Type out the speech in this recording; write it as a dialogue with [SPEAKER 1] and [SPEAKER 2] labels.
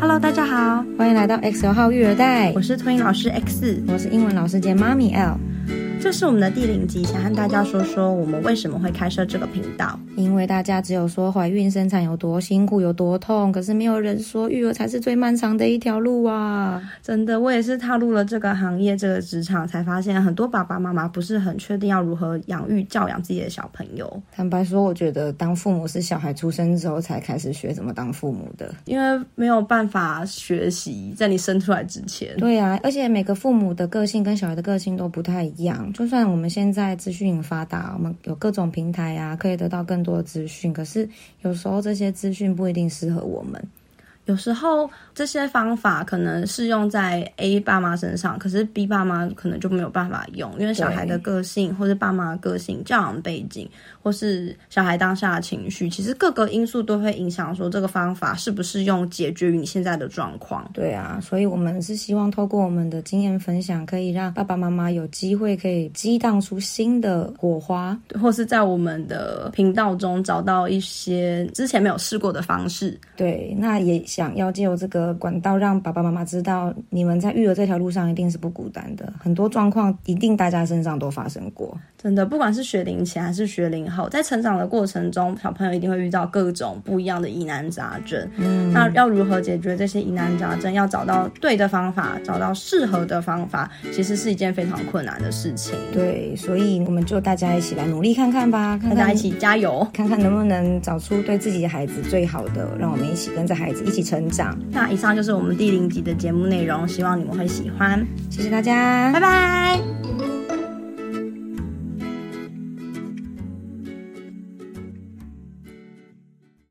[SPEAKER 1] Hello，大家好，
[SPEAKER 2] 欢迎来到 XO 号育儿袋
[SPEAKER 1] 我，是托英老师 X。
[SPEAKER 2] 我是英文老师兼妈咪 L。
[SPEAKER 1] 这是我们的第零集，想和大家说说我们为什么会开设这个频道。
[SPEAKER 2] 因为大家只有说怀孕生产有多辛苦有多痛，可是没有人说育儿才是最漫长的一条路啊。
[SPEAKER 1] 真的，我也是踏入了这个行业、这个职场，才发现很多爸爸妈妈不是很确定要如何养育、教养自己的小朋友，
[SPEAKER 2] 坦白说，我觉得当父母是小孩出生之后才开始学怎么当父母的。
[SPEAKER 1] 因为没有办法学习，在你生出来之前。
[SPEAKER 2] 对啊，而且每个父母的个性跟小孩的个性都不太一样。就算我们现在资讯很发达，我们有各种平台啊，可以得到更多的资讯，可是有时候这些资讯不一定适合我们。
[SPEAKER 1] 有时候这些方法可能适用在 A 爸妈身上，可是 B 爸妈可能就没有办法用，因为小孩的个性，或是爸妈的个性、教养背景，或是小孩当下的情绪，其实各个因素都会影响说这个方法适不适用，解决于你现在的状况。
[SPEAKER 2] 对啊，所以我们是希望透过我们的经验分享，可以让爸爸妈妈有机会可以激荡出新的火花。
[SPEAKER 1] 或是在我们的频道中找到一些之前没有试过的方式，
[SPEAKER 2] 对，那也想要借由这个管道，让爸爸妈妈知道，你们在育儿这条路上一定是不孤单的，很多状况一定大家身上都发生过。
[SPEAKER 1] 真的，不管是学龄前还是学龄后，在成长的过程中，小朋友一定会遇到各种不一样的疑难杂症。嗯，那要如何解决这些疑难杂症？要找到对的方法，找到适合的方法，其实是一件非常困难的事情。，
[SPEAKER 2] 对，所以我们就大家一起来努力看看吧，看
[SPEAKER 1] 大家
[SPEAKER 2] 看
[SPEAKER 1] 一起加油。
[SPEAKER 2] 看看能不能找出对自己的孩子最好的，让我们一起跟着孩子一起成长。
[SPEAKER 1] 那以上就是我们第零集的节目内容，希望你们会喜欢。
[SPEAKER 2] 谢谢大家，
[SPEAKER 1] 拜拜。